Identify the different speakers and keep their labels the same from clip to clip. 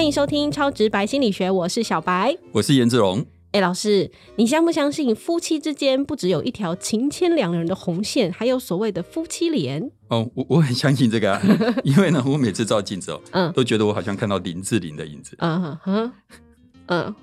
Speaker 1: 迎收听《超直白心理学》，我是小白。
Speaker 2: 我是颜志荣。
Speaker 1: 哎，老师，你相不相信夫妻之间不只有一条情牵两人的红线，还有所谓的夫妻脸？
Speaker 2: 哦，我我很相信 这个、啊，因为呢，我每次照镜子哦，
Speaker 1: 嗯
Speaker 2: 都觉得我好像看到林志玲的影子。
Speaker 1: 嗯哼哼，嗯，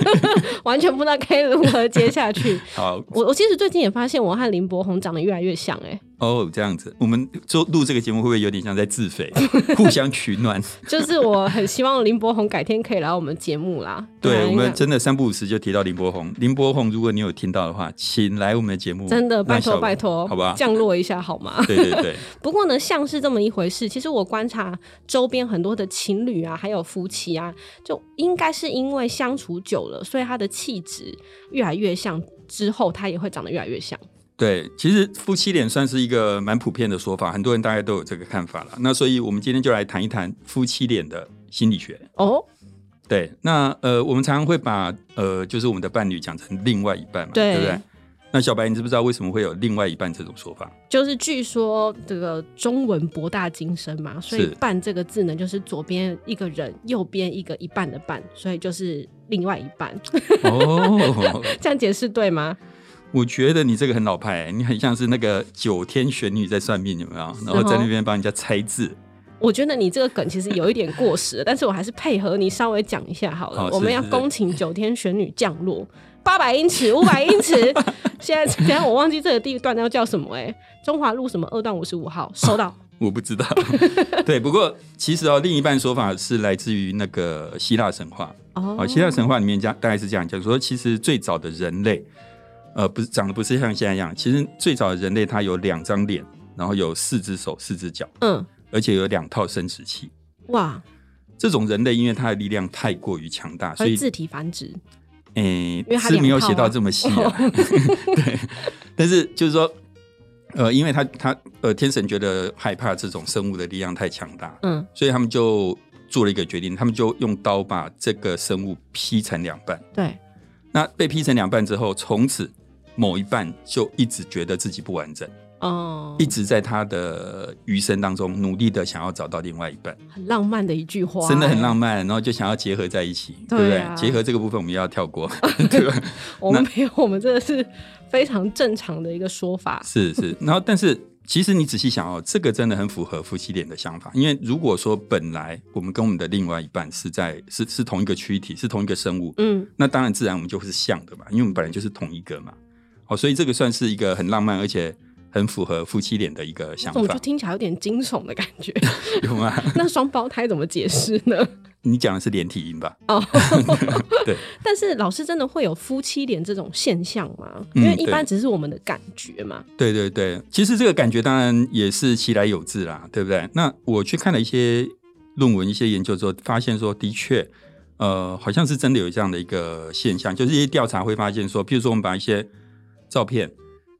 Speaker 1: 完全不知道该如何接下 去。
Speaker 2: 好，
Speaker 1: 我我其实最近也发现，我和林柏宏长得越来越像哎、
Speaker 2: 哦，这样子，我们做录这个节目会不会有点像在 自肥，互相取暖？
Speaker 1: 就是我很希望林柏宏改天可以来我们节目啦。
Speaker 2: 对，我
Speaker 1: 应该
Speaker 2: 们真的三不五时就提到林柏宏。林柏宏，如果你有听到的话，请来我们的节目，
Speaker 1: 真的拜
Speaker 2: 让小
Speaker 1: 托拜托，
Speaker 2: 好吧？
Speaker 1: 降落一下好吗？
Speaker 2: 对对对，
Speaker 1: 不过呢，像是这么一回事，其实我观察周边很多的情侣啊，还有夫妻啊，就应该是因为相处久了，所以他的气质越来越像，之后他也会长得越来越像。
Speaker 2: 对，其实夫妻脸算是一个蛮普遍的说法，很多人大概都有这个看法了。那所以我们今天就来谈一谈夫妻脸的心理学。
Speaker 1: 哦，
Speaker 2: 对，那呃，我们常常会把呃，就是我们的伴侣讲成另外一半嘛，
Speaker 1: 对
Speaker 2: 对不对？那小白，你知不知道为什么会有另外一半这种说法？
Speaker 1: 就是据说这个中文博大精深嘛，所以
Speaker 2: 是
Speaker 1: “半”这个字呢，就是左边一个人，右边一个一半的“半”，所以就是另外一半。
Speaker 2: 哦，
Speaker 1: 这样解释对吗？
Speaker 2: 我觉得你这个很老派、欸你很像是那个九天玄女在算命，有没有？然后在那边帮人家猜字。
Speaker 1: 我觉得你这个梗其实有一点过时了， 但是我还是配合你稍微讲一下好了。
Speaker 2: 好是
Speaker 1: 我们要恭请九天玄女降落，八百英尺、五百英尺。现在，等一下我忘记这个地段要叫什么哎、中华路什么二段五十五号，收到。
Speaker 2: 我不知道， 对，不过其实哦，另一半说法是来自于那个希腊神话。
Speaker 1: 哦
Speaker 2: 哦，希腊神话里面讲大概是这样讲，说其实最早的人类，呃，不是长得不是像现在一样，其实最早的人类他有两张脸，然后有四只手、四只脚，
Speaker 1: 嗯，
Speaker 2: 而且有两套生殖器。
Speaker 1: 哇，
Speaker 2: 这种人类因为他的力量太过于强大，所
Speaker 1: 还
Speaker 2: 以
Speaker 1: 字体繁殖，
Speaker 2: 诶
Speaker 1: 为，它
Speaker 2: 是没有
Speaker 1: 两套
Speaker 2: 写
Speaker 1: 啊
Speaker 2: 到这么细啊。 对，但是就是说，呃，因为他他呃天神觉得害怕这种生物的力量太强大，
Speaker 1: 嗯，
Speaker 2: 所以他们就做了一个决定，他们就用刀把这个生物劈成两半。
Speaker 1: 对，
Speaker 2: 那被劈成两半之后，从此某一半就一直觉得自己不完整，
Speaker 1: 哦、
Speaker 2: 一直在他的余生当中努力的想要找到另外一半，
Speaker 1: 很浪漫的一句话、欸
Speaker 2: 真的很浪
Speaker 1: 漫。
Speaker 2: 漫，然后就想要结合在一起，对
Speaker 1: 对啊
Speaker 2: 不对？结合这个部分我们要跳过，对吧？
Speaker 1: 我们没有，我们真的是非常正常的一个说法。
Speaker 2: 是是，然后但是其实你仔细想哦，这个真的很符合夫妻脸的想法，因为如果说本来我们跟我们的另外一半是在是是同一个躯体，是同一个生物，
Speaker 1: 嗯，
Speaker 2: 那当然自然我们就会是像的嘛，因为我们本来就是同一个嘛。哦，所以这个算是一个很浪漫，而且很符合夫妻脸的一个想
Speaker 1: 怎么就
Speaker 2: 法，
Speaker 1: 听起来有点惊悚的感觉？
Speaker 2: 有吗？
Speaker 1: 那双胞胎怎么解释呢？
Speaker 2: 你讲的是连体婴吧？
Speaker 1: 哦，
Speaker 2: 对，
Speaker 1: 但是老师真的会有夫妻脸这种现象吗？
Speaker 2: 嗯
Speaker 1: 因为一般只是我们的感觉嘛。
Speaker 2: 对对对，其实这个感觉当然也是其来有自啦，对不对？那我去看了一些论文、一些研究之后，发现说的确，呃，好像是真的有这样的一个现象，就是一些调查会发现说，譬如说我们把一些照片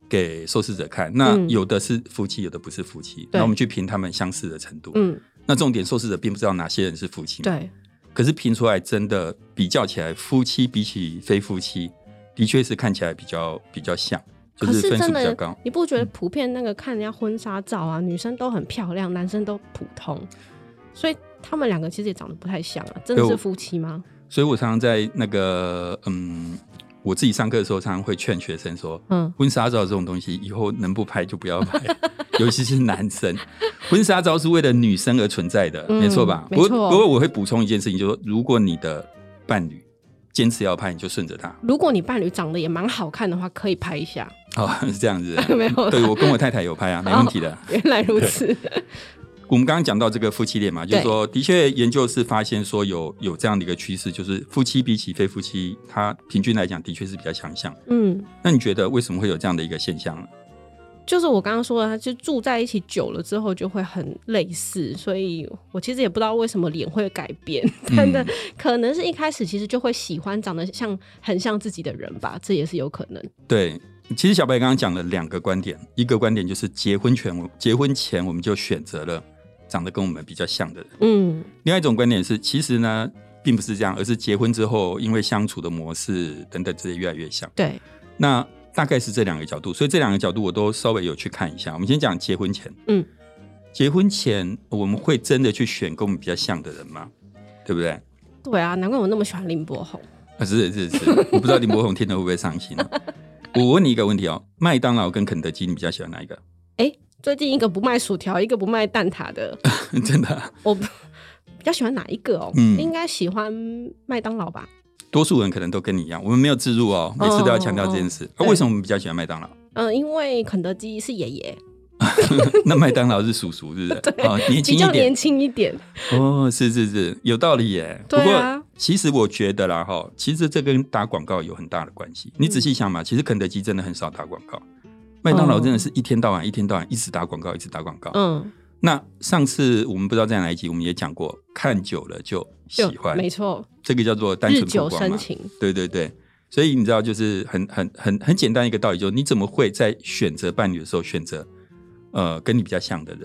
Speaker 2: 给受试者看，那
Speaker 1: 嗯
Speaker 2: 有的是夫妻，有的不是夫妻，
Speaker 1: 对
Speaker 2: 那我们去评他们相似的程度。
Speaker 1: 嗯，
Speaker 2: 那重点，受试者并不知道哪些人是夫妻嘛，
Speaker 1: 对，
Speaker 2: 可是评出来真的比较起来，夫妻比起非夫妻，的确是看起来比较比较像，就
Speaker 1: 可
Speaker 2: 是分数
Speaker 1: 真
Speaker 2: 比较
Speaker 1: 的
Speaker 2: 高。，
Speaker 1: 你不觉得普遍那个看人家婚纱照啊，女生都很漂亮，男生都普通，所以他们两个其实也长得不太像啊。真的
Speaker 2: 对
Speaker 1: 是
Speaker 2: 我
Speaker 1: 夫妻吗？
Speaker 2: 所以我常常在那个嗯，我自己上课的时候，常常会劝学生说，
Speaker 1: 嗯，
Speaker 2: 婚纱照这种东西以后能不拍就不要拍， 尤其是男生，婚纱照是为了女生而存在的，
Speaker 1: 嗯
Speaker 2: 没错吧？
Speaker 1: 没
Speaker 2: 不过
Speaker 1: 错
Speaker 2: 不过我会补充一件事情，就是说，如果你的伴侣坚持要拍，你就顺着他，
Speaker 1: 如果你伴侣长得也蛮好看的话，可以拍一下。。
Speaker 2: 哦， 是这样子、啊
Speaker 1: 没有啦哦
Speaker 2: 对我跟我太太有拍啊，没问题的。
Speaker 1: 原来如此，
Speaker 2: 我们刚刚讲到这个夫妻恋嘛，就是
Speaker 1: 对
Speaker 2: 说，的确研究是发现说有有这样的一个趋势，就是夫妻比起非夫妻，它平均来讲的确是比较强项。
Speaker 1: 嗯。
Speaker 2: 那你觉得为什么会有这样的一个现象呢？
Speaker 1: 就是我刚刚说的，他就住在一起久了之后就会很类似，所以我其实也不知道为什么脸会改变，
Speaker 2: 嗯
Speaker 1: 真的、可能是一开始其实就会喜欢长得像很像自己的人吧，这也是有可能。
Speaker 2: 对，其实小白刚刚讲了两个观点，一个观点就是结婚前，结婚前我们就选择了长得跟我们比较像的人；
Speaker 1: 嗯，
Speaker 2: 另外一种观点是，其实呢，并不是这样，而是结婚之后，因为相处的模式等等这些越来越像。
Speaker 1: 对，
Speaker 2: 那大概是这两个角度，所以这两个角度我都稍微有去看一下。我们先讲结婚前，
Speaker 1: 嗯，
Speaker 2: 结婚前我们会真的去选跟我们比较像的人吗？对不对？
Speaker 1: 对啊，难怪我那么喜欢林柏宏。
Speaker 2: 啊，是是是，我不知道林柏宏听了会不会伤心、啊。 我问你一个问题哦，麦当劳跟肯德基，你比较喜欢哪一个？
Speaker 1: 最近一个不卖薯条，一个不卖蛋挞 的，
Speaker 2: 真的啊，
Speaker 1: 我比较喜欢哪一个哦？
Speaker 2: 嗯
Speaker 1: 应该喜欢麦当劳吧。
Speaker 2: 多数人可能都跟你一样，我们没有自入哦，每次都要强调这件事。
Speaker 1: 哦
Speaker 2: 啊、为什么我们比较喜欢麦当劳？
Speaker 1: 嗯，因为肯德基是爷爷，
Speaker 2: 那麦当劳是叔叔，是 不是？哦，年
Speaker 1: 比
Speaker 2: 轻一
Speaker 1: 较
Speaker 2: 点
Speaker 1: 年轻一点。
Speaker 2: 哦，是是是，有道理耶。不
Speaker 1: 对
Speaker 2: 过、
Speaker 1: 啊
Speaker 2: 其实我觉得啦，哈，其实这跟打广告有很大的关系。
Speaker 1: 嗯
Speaker 2: 你仔细想嘛，其实肯德基真的很少打广告，麦当劳真的是一天到晚、一天到晚一直打广告，一直打广告。
Speaker 1: 嗯，
Speaker 2: 那上次我们不知道在哪一集，我们也讲过，看久了就喜
Speaker 1: 就
Speaker 2: 欢，
Speaker 1: 没错，
Speaker 2: 这个叫做单
Speaker 1: 日
Speaker 2: 纯
Speaker 1: 久
Speaker 2: 曝光
Speaker 1: 生
Speaker 2: 嘛。
Speaker 1: 情。
Speaker 2: 对对对，所以你知道，就是很很很很简单一个道理，就是你怎么会在选择伴侣的时候选择呃跟你比较像的人？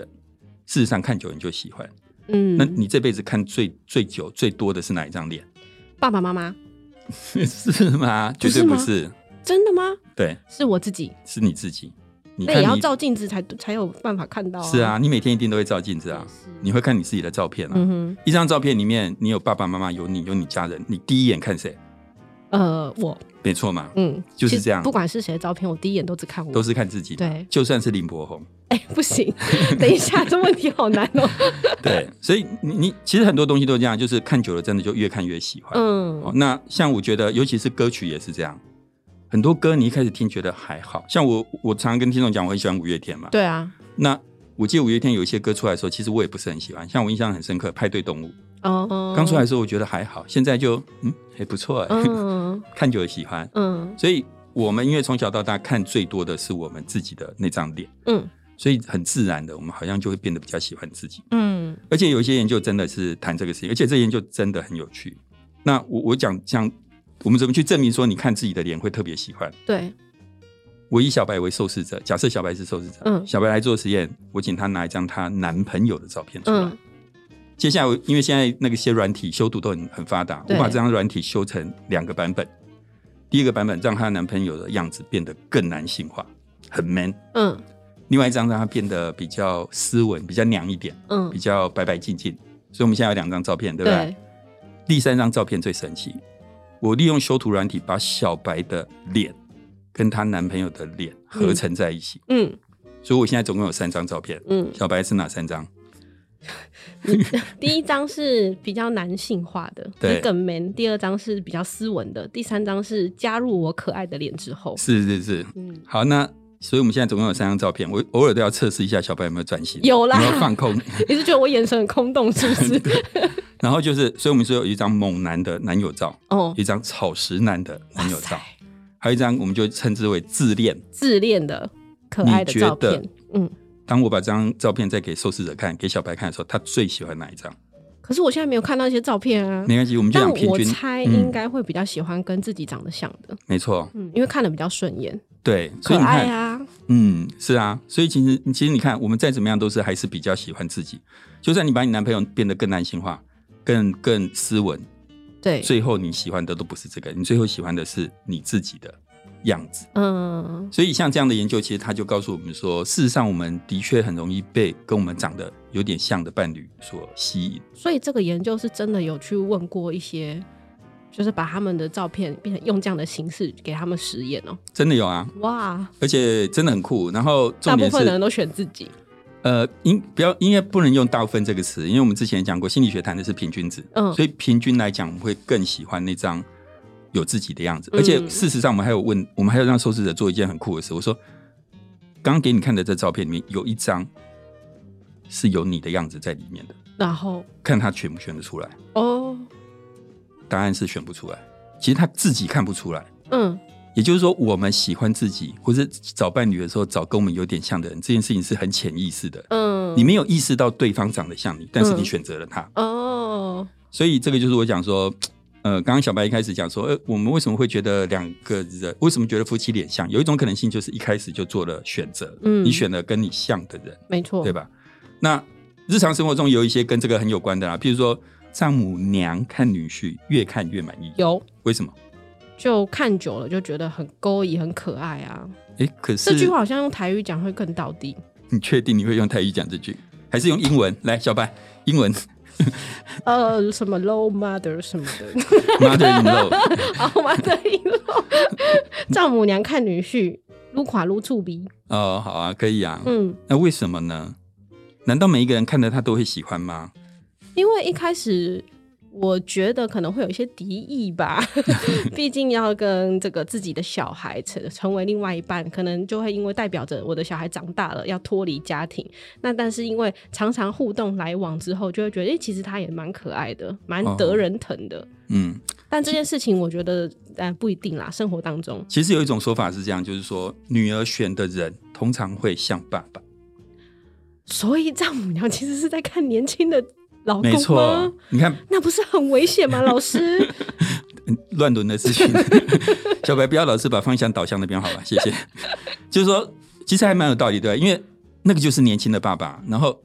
Speaker 2: 事实上，看久了你就喜欢。
Speaker 1: 嗯，
Speaker 2: 那你这辈子看最最久最多的是哪一张脸？
Speaker 1: 爸爸妈妈
Speaker 2: 是吗？绝
Speaker 1: 不是
Speaker 2: 对不
Speaker 1: 吗
Speaker 2: 是，
Speaker 1: 真的吗？
Speaker 2: 对，
Speaker 1: 是我自己，
Speaker 2: 是你自己。你
Speaker 1: 那也
Speaker 2: 看
Speaker 1: 要
Speaker 2: 你
Speaker 1: 照镜子才才有办法看到、
Speaker 2: 是啊，，你每天一定都会照镜子啊，你会看你自己的照片啊。
Speaker 1: 嗯
Speaker 2: 一张照片里面，你有爸爸妈妈，有你，有你家人，你第一眼看谁？
Speaker 1: 哼，呃，我
Speaker 2: 没错嘛，
Speaker 1: 嗯，
Speaker 2: 就是
Speaker 1: 其实
Speaker 2: 这样
Speaker 1: 不管是谁的照片，我第一眼都只看我。
Speaker 2: 都是看自己嘛。
Speaker 1: 对
Speaker 2: 就算是林柏宏，
Speaker 1: 哎、不行， 等一下，这问题好难哦、
Speaker 2: 对，所以你你其实很多东西都这样，就是看久了，真的就越看越喜欢。 哦，
Speaker 1: 嗯，
Speaker 2: 那像我觉得，尤其是歌曲也是这样，很多歌你一开始听觉得还好，像我我常常跟听众讲，我很喜欢五月天嘛。
Speaker 1: 对啊，
Speaker 2: 那我记得五月天有一些歌出来的时候，其实我也不是很喜欢。像我印象很深刻，《派对动物》
Speaker 1: 哦，
Speaker 2: 刚出来的时候，我觉得还好，现在就嗯还不错、欸，
Speaker 1: 嗯
Speaker 2: 看久了喜欢。
Speaker 1: 嗯
Speaker 2: 所以我们因为从小到大看最多的是我们自己的那张脸，
Speaker 1: 嗯
Speaker 2: 所以很自然的，我们好像就会变得比较喜欢自己。
Speaker 1: 嗯，
Speaker 2: 而且有一些研究真的是谈这个事情，而且这研究真的很有趣。那我我讲讲，我们怎么去证明说你看自己的脸会特别喜欢？
Speaker 1: 对，
Speaker 2: 我以小白为受试者，假设小白是受试者，
Speaker 1: 嗯
Speaker 2: 小白来做实验，我请她拿一张她男朋友的照片出来。
Speaker 1: 嗯
Speaker 2: 接下来我，因为现在那个些软体修图都很很发达，我
Speaker 1: 对
Speaker 2: 把这张软体修成两个版本。第一个版本让她男朋友的样子变得更男性化，很 man；
Speaker 1: 嗯
Speaker 2: 另外一张让她变得比较斯文、比较娘一点，
Speaker 1: 嗯，
Speaker 2: 比较白白净净。所以我们现在有两张照片，对不对？第三张照片最神奇，我利用修图软体把小白的脸跟她男朋友的脸合成在一起，
Speaker 1: 嗯
Speaker 2: 所以我现在总共有三张照片。
Speaker 1: 嗯，
Speaker 2: 小白是哪三张？
Speaker 1: 第一张是比较男性化的，
Speaker 2: 对
Speaker 1: 就是更 man；第二张是比较斯文的；第三张是加入我可爱的脸之后，
Speaker 2: 是是是。
Speaker 1: 嗯，
Speaker 2: 好，那所以我们现在总共有三张照片，我偶尔都要测试一下小白有没有转型，
Speaker 1: 有啦
Speaker 2: 有没有放空。
Speaker 1: 你是觉得我眼神很空洞是不是？
Speaker 2: 然后就是，所以我们说有一张猛男的男友照，
Speaker 1: 哦
Speaker 2: 有，一张草食男的男友
Speaker 1: 哇，
Speaker 2: 照
Speaker 1: 塞
Speaker 2: 还有一张我们就称之为自恋。
Speaker 1: 自恋的可爱的照
Speaker 2: 你
Speaker 1: 片，嗯。
Speaker 2: 当我把这张照片再给受试者看、给小白看的时候，他最喜欢哪一张？
Speaker 1: 可是我现在没有看到一些照片啊。
Speaker 2: 没关系，我们就
Speaker 1: 但
Speaker 2: 讲平
Speaker 1: 我
Speaker 2: 均。嗯
Speaker 1: 猜应该会比较喜欢跟自己长得像的，
Speaker 2: 没错，
Speaker 1: 嗯，因为看的比较顺眼，
Speaker 2: 对，所
Speaker 1: 可
Speaker 2: 以你
Speaker 1: 爱
Speaker 2: 看，
Speaker 1: 啊，
Speaker 2: 嗯，是啊，所以其实其实你看，我们再怎么样都是还是比较喜欢自己。就算你把你男朋友变得更男性化、更更斯文，
Speaker 1: 对，
Speaker 2: 最后你喜欢的都不是这个，你最后喜欢的是你自己的样子。
Speaker 1: 嗯，
Speaker 2: 所以像这样的研究，其实他就告诉我们说，事实上我们的确很容易被跟我们长得有点像的伴侣所吸引。
Speaker 1: 所以这个研究是真的有去问过一些，就是把他们的照片变成用这样的形式给他们实验哦、
Speaker 2: 真的有啊，
Speaker 1: 哇，
Speaker 2: 而且真的很酷。然后
Speaker 1: 大
Speaker 2: 重
Speaker 1: 部
Speaker 2: 点
Speaker 1: 分的人
Speaker 2: 是，
Speaker 1: 都选自己，
Speaker 2: 呃，应不要，应该不能用“大部分”这个词，因为我们之前讲过，心理学谈的是平均值，
Speaker 1: 嗯
Speaker 2: 所以平均来讲，我们会更喜欢那张有自己的样子。
Speaker 1: 嗯
Speaker 2: 而且事实上，我们还有问，我们还有让受试者做一件很酷的事。我说，刚刚给你看的这照片里面有一张是有你的样子在里面的，
Speaker 1: 然后
Speaker 2: 看他选不选得出来。
Speaker 1: 哦，
Speaker 2: 答案是选不出来，其实他自己看不出来。
Speaker 1: 嗯，
Speaker 2: 也就是说，我们喜欢自己，或是找伴侣的时候找跟我们有点像的人，这件事情是很潜意识的。
Speaker 1: 嗯，
Speaker 2: 你没有意识到对方长得像你，但是你
Speaker 1: 嗯
Speaker 2: 选择了他，
Speaker 1: 哦，
Speaker 2: 所以这个就是我讲说，呃，刚刚小白一开始讲说，呃，我们为什么会觉得两个人，为什么觉得夫妻脸像？有一种可能性就是一开始就做了选择，
Speaker 1: 嗯
Speaker 2: 你选了跟你像的人，
Speaker 1: 没错，
Speaker 2: 对吧？那日常生活中有一些跟这个很有关的啦，啊譬如说丈母娘看女婿越看越满意，
Speaker 1: 有
Speaker 2: 为什么？
Speaker 1: 就看久了就觉得很勾引，很可爱啊。
Speaker 2: 哎，可是
Speaker 1: 这句话好像用台语讲会更到底。
Speaker 2: 你确定你会用泰语讲这句，还是用英文？来，小白，英文
Speaker 1: 呃，什么 low mother 什么的，
Speaker 2: mother in law，
Speaker 1: 然后妈的一路， 丈母娘看女婿，撸垮撸醋鼻，
Speaker 2: 哦，好啊，可以啊。
Speaker 1: 嗯，
Speaker 2: 那为什么呢？难道每一个人看了他都会喜欢吗？
Speaker 1: 因为一开始我觉得可能会有一些敌意吧， 毕竟要跟这个自己的小孩成成为另外一半，可能就会因为代表着我的小孩长大了要脱离家庭。那但是因为常常互动来往之后，就会觉得，诶，其实他也蛮可爱的，蛮
Speaker 2: 哦
Speaker 1: 得人疼的。
Speaker 2: 嗯，
Speaker 1: 但这件事情，我觉得呃不一定啦，生活当中。
Speaker 2: 其实有一种说法是这样，就是说女儿选的人通常会像爸爸。
Speaker 1: 所以丈母娘其实是在看年轻的老公
Speaker 2: 没
Speaker 1: 吗
Speaker 2: 错？，你看嗯
Speaker 1: 那不是很危险吗？老师，
Speaker 2: 乱伦的资讯，小白不要老是把方向导向那边好吧？谢谢。 就是说，其实还蛮有道理对吧，因为那个就是年轻的爸爸，然后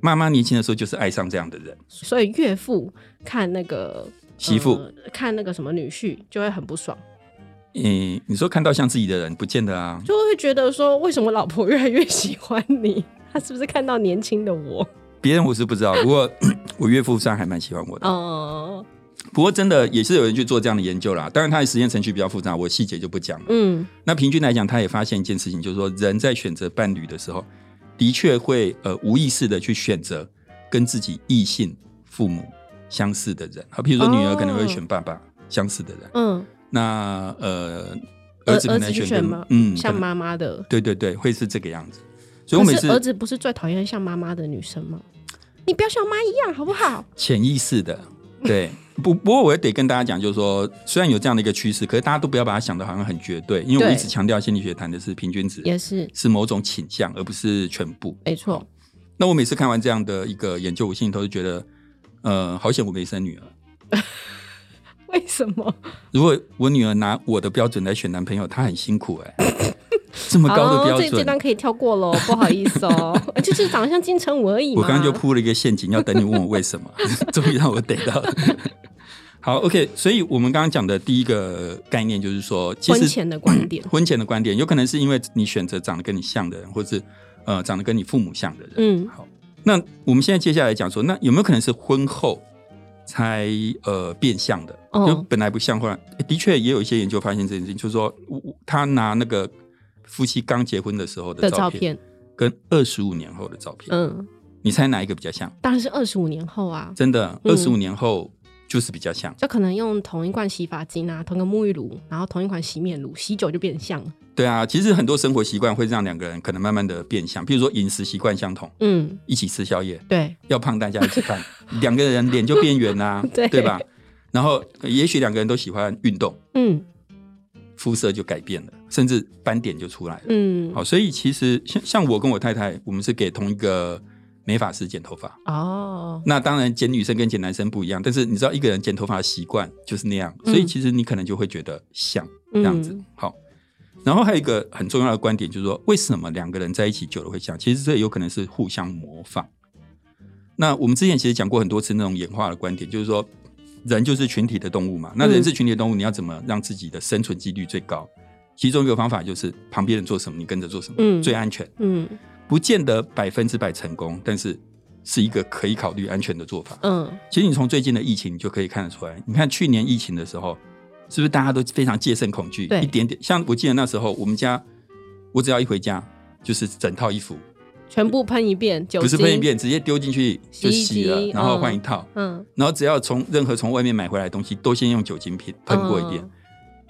Speaker 2: 妈妈年轻的时候就是爱上这样的人，
Speaker 1: 所以岳父看那个
Speaker 2: 媳妇
Speaker 1: 呃看那个什么女婿，就会很不爽，
Speaker 2: 诶、你说看到像自己的人，不见得啊。
Speaker 1: 就会觉得说，为什么老婆越来越喜欢你？ 她是不是看到年轻的我？
Speaker 2: 别人我是不知道，不过 我岳父算还蛮喜欢我的。
Speaker 1: 哦，
Speaker 2: 不过真的也是有人去做这样的研究啦，当然他的实验程序比较复杂，我细节就不讲了。
Speaker 1: 嗯，
Speaker 2: 那平均来讲，他也发现一件事情，就是说人在选择伴侣的时候，的确会呃无意识的去选择跟自己异性父母相似的人。好，比如说女儿
Speaker 1: 哦
Speaker 2: 可能会选爸爸相似的人，
Speaker 1: 嗯，
Speaker 2: 那呃
Speaker 1: 儿
Speaker 2: 儿子可
Speaker 1: 儿
Speaker 2: 能
Speaker 1: 子去
Speaker 2: 选
Speaker 1: 选
Speaker 2: 跟
Speaker 1: 吗
Speaker 2: 嗯
Speaker 1: 像
Speaker 2: 可能
Speaker 1: 妈妈的。
Speaker 2: 对对对，会是这个样子。所以
Speaker 1: 可
Speaker 2: 我每
Speaker 1: 是儿
Speaker 2: 次
Speaker 1: 子不是最讨厌像妈妈的女生吗？你不要像妈一样好不好？
Speaker 2: 潜意识 的对。不，不过我也得跟大家讲，就是说，虽然有这样的一个趋势，可是大家都不要把它想的好像很绝对，因为我
Speaker 1: 对
Speaker 2: 一直强调心理学谈的是平均值，
Speaker 1: 也是，
Speaker 2: 是某种倾向，而不是全部。
Speaker 1: 没错。
Speaker 2: 那我每次看完这样的一个研究，我心里头就觉得，呃，好险我没生女儿。
Speaker 1: 为什么？
Speaker 2: 如果我女儿拿我的标准来选男朋友，她很辛苦哎、 这么高的标
Speaker 1: 哦、这这
Speaker 2: 准，
Speaker 1: 段可以跳过喽，不好意思哦， 就是长得像金城武而已嘛。
Speaker 2: 我刚刚就铺了一个陷阱，要等你问我为 什么，终于让我逮到了。好，OK，所以我们刚刚讲的第一个概念就是说，其
Speaker 1: 婚
Speaker 2: 实，
Speaker 1: 前的观点
Speaker 2: 婚前的观点，有可能是因为你选择长得跟你像的人，或是呃长得跟你父母像的人。
Speaker 1: 嗯
Speaker 2: 好，那我们现在接下来讲说，那有没有可能是婚后才呃变相的？
Speaker 1: 哦
Speaker 2: 就本来不像，后来诶的确也有一些研究发现这件事情，就是说我我他拿那个夫妻刚结婚的时候的
Speaker 1: 的
Speaker 2: 照
Speaker 1: 照
Speaker 2: 片，
Speaker 1: 片，
Speaker 2: 跟二十五年后的照片，
Speaker 1: 嗯，
Speaker 2: 你猜哪一个比较像？
Speaker 1: 当然是二十五年后啊，
Speaker 2: 真的，
Speaker 1: 嗯
Speaker 2: 二十五年后就是比较像。
Speaker 1: 就可能用同一罐洗发精啊，同一个沐浴乳，然后同一款洗面乳，洗久就变像了。
Speaker 2: 对啊，其实很多生活习惯会让两个人可能慢慢的变像，比如说饮食习惯相同，
Speaker 1: 嗯，
Speaker 2: 一起吃宵夜，
Speaker 1: 对，
Speaker 2: 要胖大家一起 看，两个人脸就变圆啦、
Speaker 1: 对
Speaker 2: 吧？然后呃也许两个人都喜欢运动，
Speaker 1: 嗯
Speaker 2: 肤色就改变了，甚至斑点就出来了。
Speaker 1: 嗯，
Speaker 2: 好，所以其实像像我跟我太太，我们是给同一个美发师剪头发。
Speaker 1: 哦，
Speaker 2: 那当然剪女生跟剪男生不一样，但是你知道一个人剪头发的习惯就是那样，所以
Speaker 1: 嗯
Speaker 2: 其实你可能就会觉得像这
Speaker 1: 嗯
Speaker 2: 样子。好，然后还有一个很重要的观点就是说，为什么两个人在一起久了会像？其实这有可能是互相模仿。那我们之前其实讲过很多次那种演化的观点，就是说人就是群体的动物
Speaker 1: 嗯
Speaker 2: 嘛。那人是群体的动物，你要怎么让自己的生存几率最高？其中一个方法就是旁边人做什么，你跟着做什么，
Speaker 1: 嗯
Speaker 2: 最安全。
Speaker 1: 嗯
Speaker 2: 不见得百分之百成功，但是是一个可以考虑安全的做法。
Speaker 1: 嗯，
Speaker 2: 其实你从最近的疫情你就可以看得出来，你看去年疫情的时候，是不是大家都非常戒慎恐惧？
Speaker 1: 对
Speaker 2: 一点点。像我记得那时候我们家，我只要一回家就是整套衣服，
Speaker 1: 全部喷一遍，酒
Speaker 2: 不
Speaker 1: 精
Speaker 2: 是喷一，遍，直接丢进去就洗了
Speaker 1: 洗衣，机
Speaker 2: 然后换一套。
Speaker 1: 嗯，
Speaker 2: 然后只要从任何从外面买回来的东西，都先用酒精喷喷过一遍。
Speaker 1: 嗯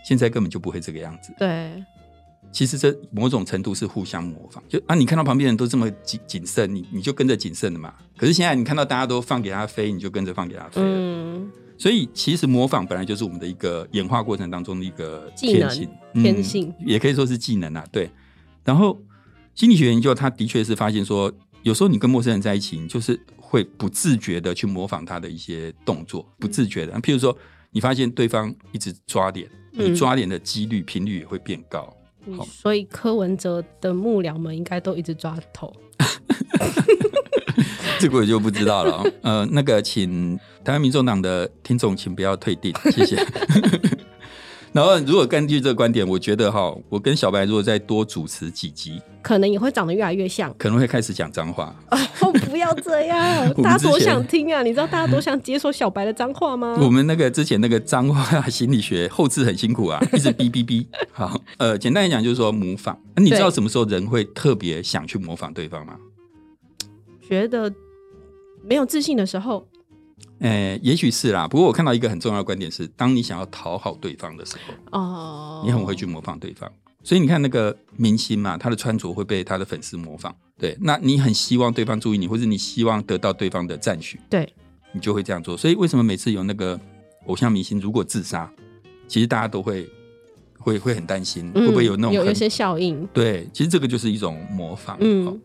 Speaker 2: 现在根本就不会这个样子。
Speaker 1: 对，
Speaker 2: 其实这某种程度是互相模仿，就啊，你看到旁边人都这么谨谨慎，你你就跟着谨慎了嘛。可是现在你看到大家都放给他飞，你就跟着放给他飞了。
Speaker 1: 嗯，
Speaker 2: 所以其实模仿本来就是我们的一个演化过程当中的一个
Speaker 1: 技能
Speaker 2: 天性，
Speaker 1: 天性
Speaker 2: 也可以说是技能啊。对，然后心理学研究，它的确是发现说，有时候你跟陌生人在一起，你就是会不自觉的去模仿他的一些动作，不自觉的。譬如说，你发现对方一直抓脸，
Speaker 1: 嗯
Speaker 2: 你抓脸的几率频率也会变高。好
Speaker 1: 所以柯文哲的幕僚们应该都一直抓头，
Speaker 2: 这个我就不知道了哦。呃，那个请台湾民众党的听众，请不要退订，谢谢。 然后如果根据这个观点，我觉得哈，我跟小白如果再多主持几集，
Speaker 1: 可能也会长得越来越 像。
Speaker 2: 可能会开始讲脏话。
Speaker 1: 哦，不要这样
Speaker 2: 我们
Speaker 1: 大家多
Speaker 2: 之前
Speaker 1: 想听啊！你知道大家多想接受小白的脏话吗？
Speaker 2: 我们那个之前那个脏话心理学后置很辛苦啊，一直哔哔哔。好，呃，简单来讲就是说模仿。那你知道
Speaker 1: 对
Speaker 2: 什么时候人会特别想去模仿对方吗？
Speaker 1: 觉得没有自信的时候，
Speaker 2: 呃，也许是啦。不过我看到一个很重要的观点是，当你想要讨好对方的时候，
Speaker 1: 哦，
Speaker 2: 你很会去模仿对方。所以你看那个明星嘛，他的穿着会被他的粉丝模仿。对，那你很希望对方注意你，或者你希望得到对方的赞许，
Speaker 1: 对，
Speaker 2: 你就会这样做。所以为什么每次有那个偶像明星如果自杀，其实大家都会会会很担心，
Speaker 1: 嗯
Speaker 2: 会不会有那种
Speaker 1: 有
Speaker 2: 很
Speaker 1: 有些效应？
Speaker 2: 对，其实这个就是一种模仿。
Speaker 1: 嗯
Speaker 2: 嗯，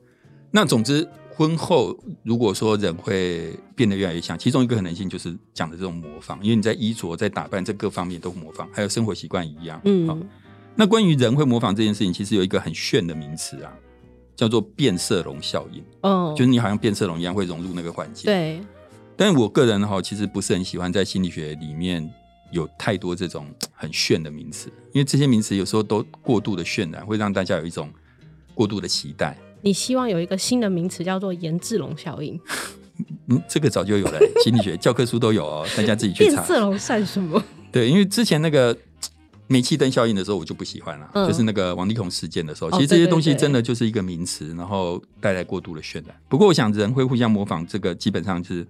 Speaker 2: 那总之，婚后如果说人会变得越来越像，其中一个可能性就是讲的这种模仿，因为你在衣着、在打扮这各方面都模仿，还有生活习惯一样。好
Speaker 1: 嗯，
Speaker 2: 那关于人会模仿这件事情，其实有一个很炫的名词啊，叫做变色龙效应，
Speaker 1: 哦，
Speaker 2: 就是你好像变色龙一样会融入那个环境。，
Speaker 1: 对，
Speaker 2: 但我个人哈，其实不是很喜欢在心理学里面有太多这种很炫的名词，因为这些名词有时候都过度的渲染，会让大家有一种过度的期待。
Speaker 1: 你希望有一个新的名词叫做颜志龙效应，
Speaker 2: 嗯，这个早就有了、心理学教科书都有哦，大家自己去
Speaker 1: 变
Speaker 2: 查。
Speaker 1: 色龙算什么？
Speaker 2: 对，因为之前那个煤气灯效应的时候，我就不喜欢了，
Speaker 1: 嗯
Speaker 2: 就是那个王力宏事件的时候，
Speaker 1: 哦
Speaker 2: 其实这些东
Speaker 1: 对
Speaker 2: 西
Speaker 1: 对对
Speaker 2: 真的就是一个名词，然后带来过度的渲染。不过，我想人会互相模仿，这个基本上是。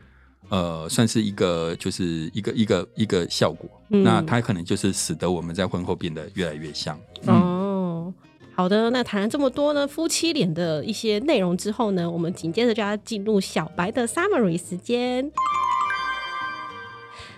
Speaker 2: 呃，算是一个，就是一个一个一个效果。
Speaker 1: 嗯
Speaker 2: 那它可能就是使得我们在婚后变得越来越像。嗯，
Speaker 1: 哦，好的，那谈了这么多呢，夫妻脸的一些内容之后呢，我们紧接着就要进入小白的 summary 时间。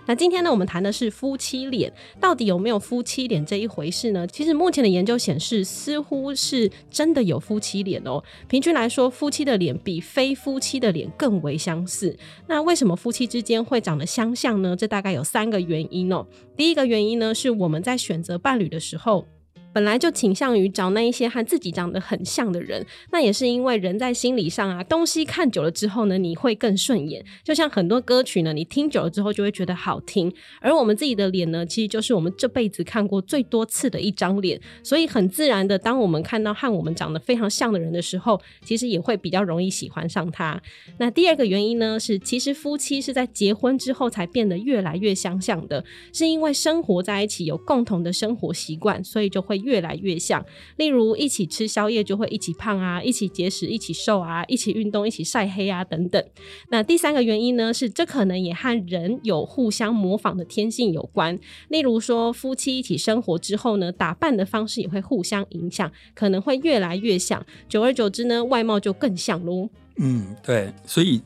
Speaker 1: 那今天呢，我们谈的是夫妻脸，到底有没有夫妻脸这一回事呢？其实目前的研究显示，似乎是真的有夫妻脸哦。平均来说，夫妻的脸比非夫妻的脸更为相似。那为什么夫妻之间会长得相像呢？这大概有三个原因哦。第一个原因呢，是我们在选择伴侣的时候，本来就倾向于找那一些和自己长得很像的人，那也是因为人在心理上啊，东西看久了之后呢，你会更顺眼。就像很多歌曲呢，你听久了之后就会觉得好听，而我们自己的脸呢，其实就是我们这辈子看过最多次的一张脸，所以很自然的，当我们看到和我们长得非常像的人的时候，其实也会比较容易喜欢上他。那第二个原因呢，是其实夫妻是在结婚之后才变得越来越相像的，是因为生活在一起有共同的生活习惯，所以就会越来越像。例如一起吃宵夜就会一起胖啊，一起节食一起瘦啊，一起运动一起晒黑啊等等。那第三个原因呢，是这可能也和人有互相模仿的天性有关。例如说夫妻一起生活之后呢，打扮的方式也会互相影响，可能会越来越像。久而久之呢，外貌就更像喽。
Speaker 2: 嗯，对，所以，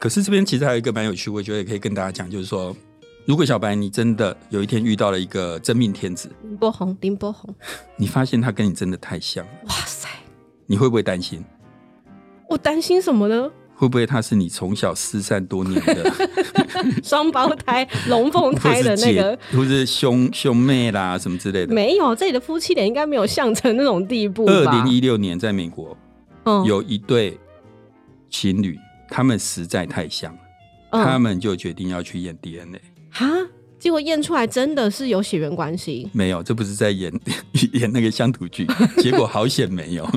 Speaker 2: 可是这边其实还有一个蛮有趣，我觉得也可以跟大家讲，就是说，如果小白你真的有一天遇到了一个真命天子，
Speaker 1: 林波红，林波红，
Speaker 2: 你发现他跟你真的太像了，
Speaker 1: 哇塞，
Speaker 2: 你会不会担心？
Speaker 1: 我担心什么呢？
Speaker 2: 会不会他是你从小失散多年的，
Speaker 1: 双胞胎、龙凤
Speaker 2: 或
Speaker 1: 胎的
Speaker 2: 是
Speaker 1: 那
Speaker 2: 姐
Speaker 1: 个，
Speaker 2: 或是兄兄妹啦什么之类的？
Speaker 1: 没有，这里的夫妻脸应该没有像成那种地步
Speaker 2: 二
Speaker 1: 吧？
Speaker 2: 零一六年在美国
Speaker 1: 嗯
Speaker 2: 有一对情侣，他们实在太像了，他
Speaker 1: 嗯
Speaker 2: 们就决定要去验 DNA。
Speaker 1: 哈，结果验出来真的是有血缘关系。
Speaker 2: 没有，这不是在演 演那个乡土 剧，结果好险没有。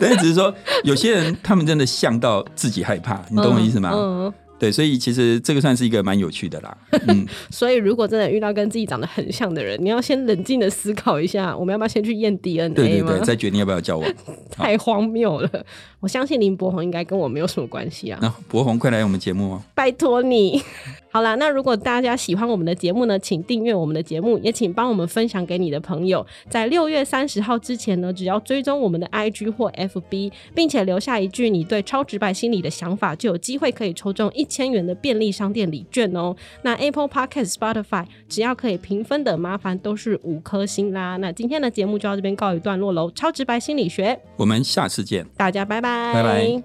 Speaker 2: 但是只是说，有些人他们真的像到自己害怕，你懂我意思吗？
Speaker 1: 嗯，
Speaker 2: 对，所以其实这个算是一个蛮有趣的啦。 嗯，
Speaker 1: 所以如果真的遇到跟自己长得很像的人，你要先冷静的思考一下，我们要不要先去验 DNA
Speaker 2: 对对
Speaker 1: 吗？
Speaker 2: 对，再决定要不要交往。
Speaker 1: 太荒谬了！我相信林柏宏应该跟我没有什么关系啊。
Speaker 2: 那博宏，快来我们节目哦！
Speaker 1: 拜托你。 好啦，那如果大家喜欢我们的节目呢，请订阅我们的节目，也请帮我们分享给你的朋友。在六月三十号之前呢，只要追踪我们的 IG 或 FB，并且留下一句你对超直白心理的想法，就有机会可以抽中一千元的便利商店礼券哦。那 Apple Podcast、Spotify 只要可以评分的，麻烦都是五颗星啦。那今天的节目就到这边告一段落喽，超直白心理学，
Speaker 2: 我们下次见。
Speaker 1: 大家拜拜，
Speaker 2: 拜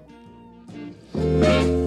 Speaker 2: 拜。